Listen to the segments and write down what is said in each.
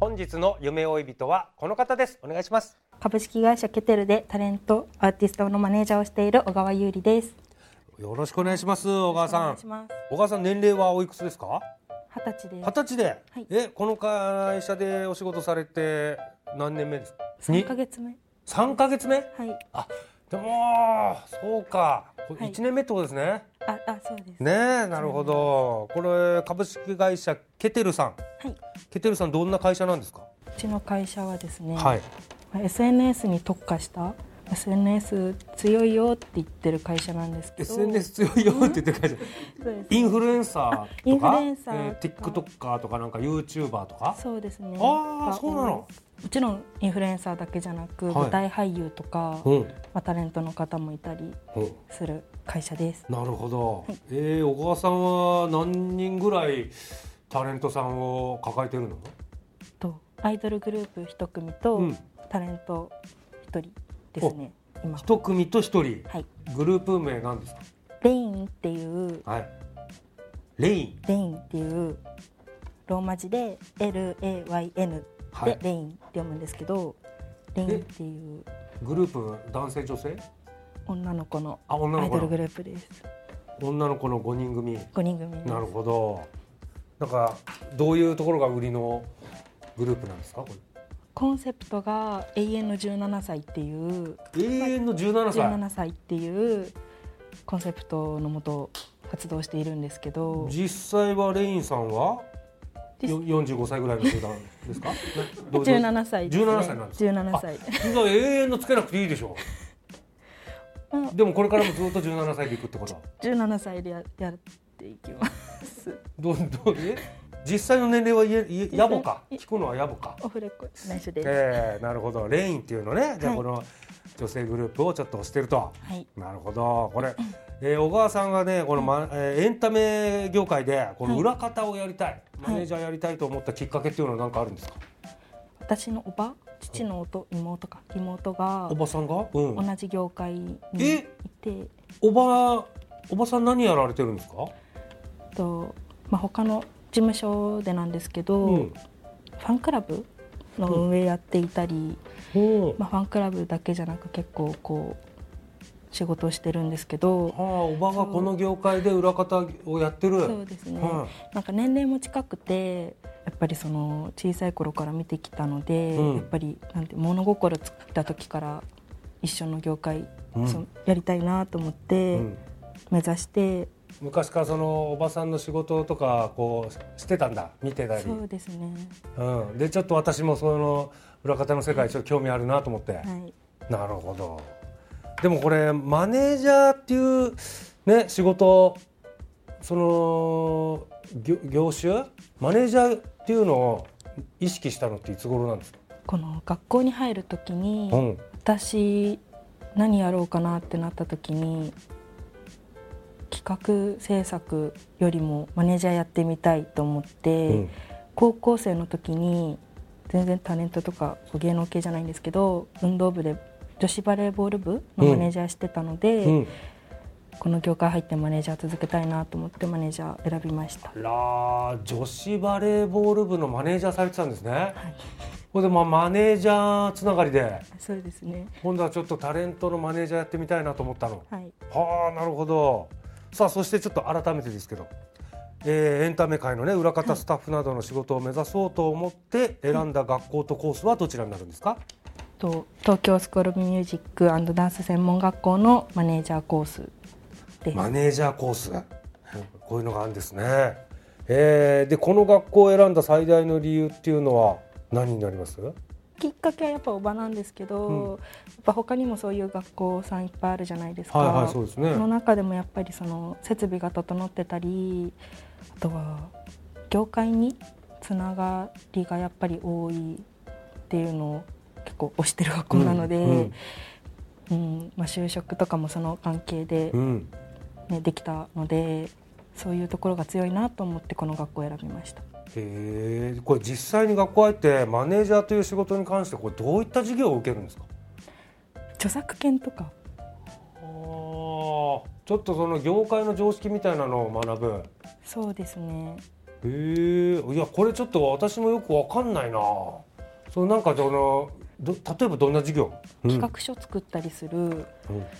本日の夢追い人はこの方ですお願いします株式会社ケテルでタレントアーティストのマネージャーをしている小川優里です。よろしくお願いします小川おさ願んいします。小川さん年齢はおいくつですか二十歳で二十歳で、はいえこの会社でお仕事されて何年目ですかす。三ヶ月目。 3ヶ月目はい。あでもそうかこはれい1年目ってことですね、あ、あ、そうです。ねえなるほどこれ株式会社ケテルさんはい。ケテルさんどんな会社なんですか、うちの会社はですね。はいまあ SNS に特化した SNS 強いよって言ってる会社なんですけど。 SNS 強いよって言ってる会社そうです。インフルエンサーとインフかルエンサーえー TikToker とかなんか YouTuber とかそうですね。あーがそうなの。もちろんインフルエンサーだけじゃなく、はい舞台俳優とか、うん、まあタレントの方もいたりうんする会社です。なるほど、えー小川さんは何人ぐらいタレントさんを抱えてるのとアイドルグループ一組と、うんタレント一人ですね今は一組と一人いグループ名なんですレインっていうかはいレインレインっていうローマ字で LAYN はでいレインって読むんですけど、レインっていうグループ男性女性女の子のあ女アのイ子ドのルグループです女の子の5人組5人組ですなるほどなんかどういうところが売りのグループなんですかこれコンセプトが永遠の17歳っていう永遠の17歳17歳っていうコンセプトのもと活動しているんですけど実際はレインさんは実よ45歳ぐらいの集団ですかねどうぞ17歳です、ね、 17歳なんです17歳そんな永遠のつけなくていいでしょうんでもこれからもずっと17歳でいくってこと17歳でややっていきます。どうどうえ実際の年齢は言え言え野暮か聞くのは野暮かオフレコ内緒です。ええなるほどレインっていうのねじゃあはこいの女性グループをちょっと推してるとはいなるほどこれ、えー小川さんがねこの、まえーエンタメ業界でこの裏方をやりたい、マネージャーやりたいと思ったきっかけっていうのは何かあるんですか、私のおば、父のおと妹か妹がおばさんが、うん同じ業界にえいて、おばおばさん何やられてるんですか、とまあ他の事務所でなんですけど、うんファンクラブの運営やっていたり、うんまあファンクラブだけじゃなく結構こう仕事をしてるんですけど、ああおばがこの業界で裏方をやってるそうですね。はなんか年齢も近くてやっぱりその小さい頃から見てきたので、うんやっぱりなんて物心ついた時から一緒の業界、うんそのやりたいなと思っいてうん目指して、昔からそのおばさんの仕事とかこうしてたんだ見てたりそうですねうん、でちょっと私もその裏方の世界ちょっと興味あるなと思って、はいなるほどでもこれマネージャーっていう、ね、仕事その業業種マネージャーっていうのを意識したのっていつ頃なんですか、この学校に入る時に、うん、私何やろうかなってなった時に企画制作よりもマネージャーやってみたいと思って、うん高校生の時に全然タレントとかこう芸能系じゃないんですけど運動部で女子バレーボール部のマネージャーしてたので、うん、この業界入ってマネージャー続けたいなと思ってマネージャー選びましたあらー女子バレーボール部のマネージャーされてたんですね、いこれでまあマネージャーつながりでそうですね今度はちょっとタレントのマネージャーやってみたいなと思ったのはいはあなるほどさあそしてちょっと改めてですけどえーエンタメ界の、ね、裏方スタッフなどの仕事を目指そうと思って選んだ学校とコースはどちらになるんですか、と東京スクールオブミュージックダンス専門学校のマネージャーコースです。マネージャーコースこういうのがあるんですね、えーでこの学校を選んだ最大の理由っていうのは何になりますきっかけはやっぱおばなんですけど、うんやっぱ他にもそういう学校さんいっぱいあるじゃないですか、はいはいそうですねその中でもやっぱりその設備が整ってたりあとは業界につながりがやっぱり多いっていうのを結構推してる学校なので、ううんんまあ、就職とかもその関係でう、ん、ね、できたのでそういうところが強いなと思ってこの学校を選びました。えーこれ実際に学校入ってマネージャーという仕事に関してこれどういった授業を受けるんですか著作権とかあーちょっとその業界の常識みたいなのを学ぶそうですねへえいやこれちょっと私もよくわかんないなそのなんかそのど例えばどんな授業企画書作ったりするうん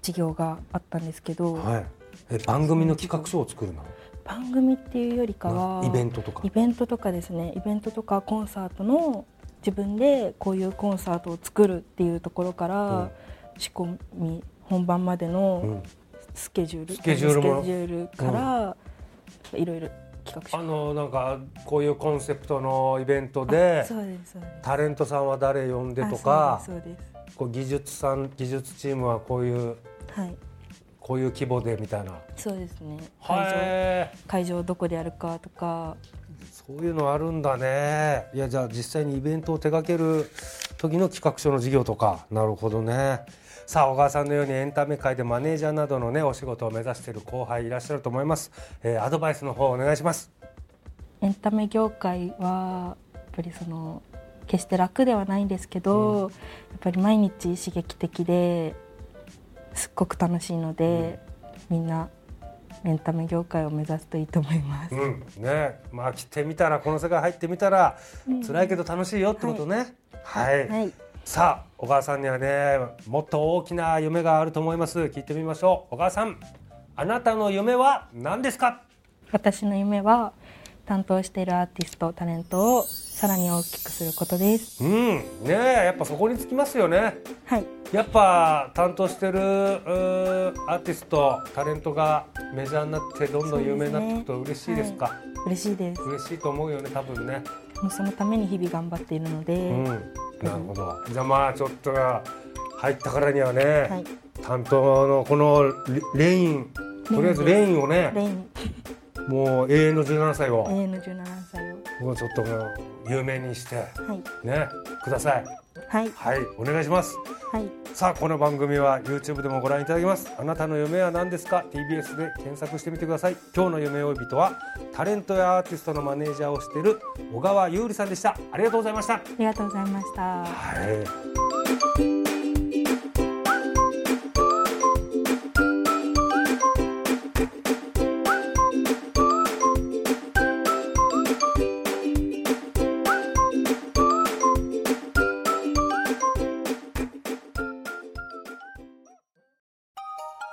授業があったんですけど、はいえ番組の企画書を作るの番組っていうよりかは、イベントとかイベントとかですねイベントとかコンサートの自分でこういうコンサートを作るっていうところから、うん仕込み本番までうのんスケジュール、スケジュールもスケジュールから、いろいろ企画あ書のなんかこういうコンセプトのイベントでそうですそうですタレントさんは誰呼んでとあかそうですそうこう技術さん技術チームはこういうですはいこういう規模でみたいなそうですね会場はい会場どこでやるかとかそういうのあるんだねいやじゃあ実際にイベントを手掛ける時の企画書の事業とかなるほどねさあ小川さんのようにエンタメ界でマネージャーなどのねお仕事を目指している後輩いらっしゃると思います、えーアドバイスの方お願いしますエンタメ業界はやっぱりその決して楽ではないんですけど、やっぱり毎日刺激的ですっごく楽しいので、みんなエンタメ業界を目指すといいと思います。うんねまあ来てみたらこの世界入ってみたら辛いけど楽しいよってことねはい、はい、さあ小川さんにはねもっと大きな夢があると思います聞いてみましょう小川さんあなたの夢は何ですか私の夢は担当しているアーティストタレントをさらに大きくすることです。うんねえやっぱそこにつきますよねはい、やっぱ担当してるうーアーティストタレントがメジャーになってどんどん有名になっていくと嬉しいですか嬉しいです。嬉しいと思うよね多分ねもうそのために日々頑張っているので、うんはなるほどじゃあまあちょっと入ったからにはね、い、担当のこのレレインとりあえずレインをレねインもう永遠の17歳を、永遠の17歳をもうちょっともう有名にしてはいねくださいはいはいお願いしますはい。さあこの番組は YouTube でもご覧いただけますあなたの夢は何ですか TBS で検索してみてください今日の夢追い人はタレントやアーティストのマネージャーをしている小川優里さんでしたありがとうございましたありがとうございました。はい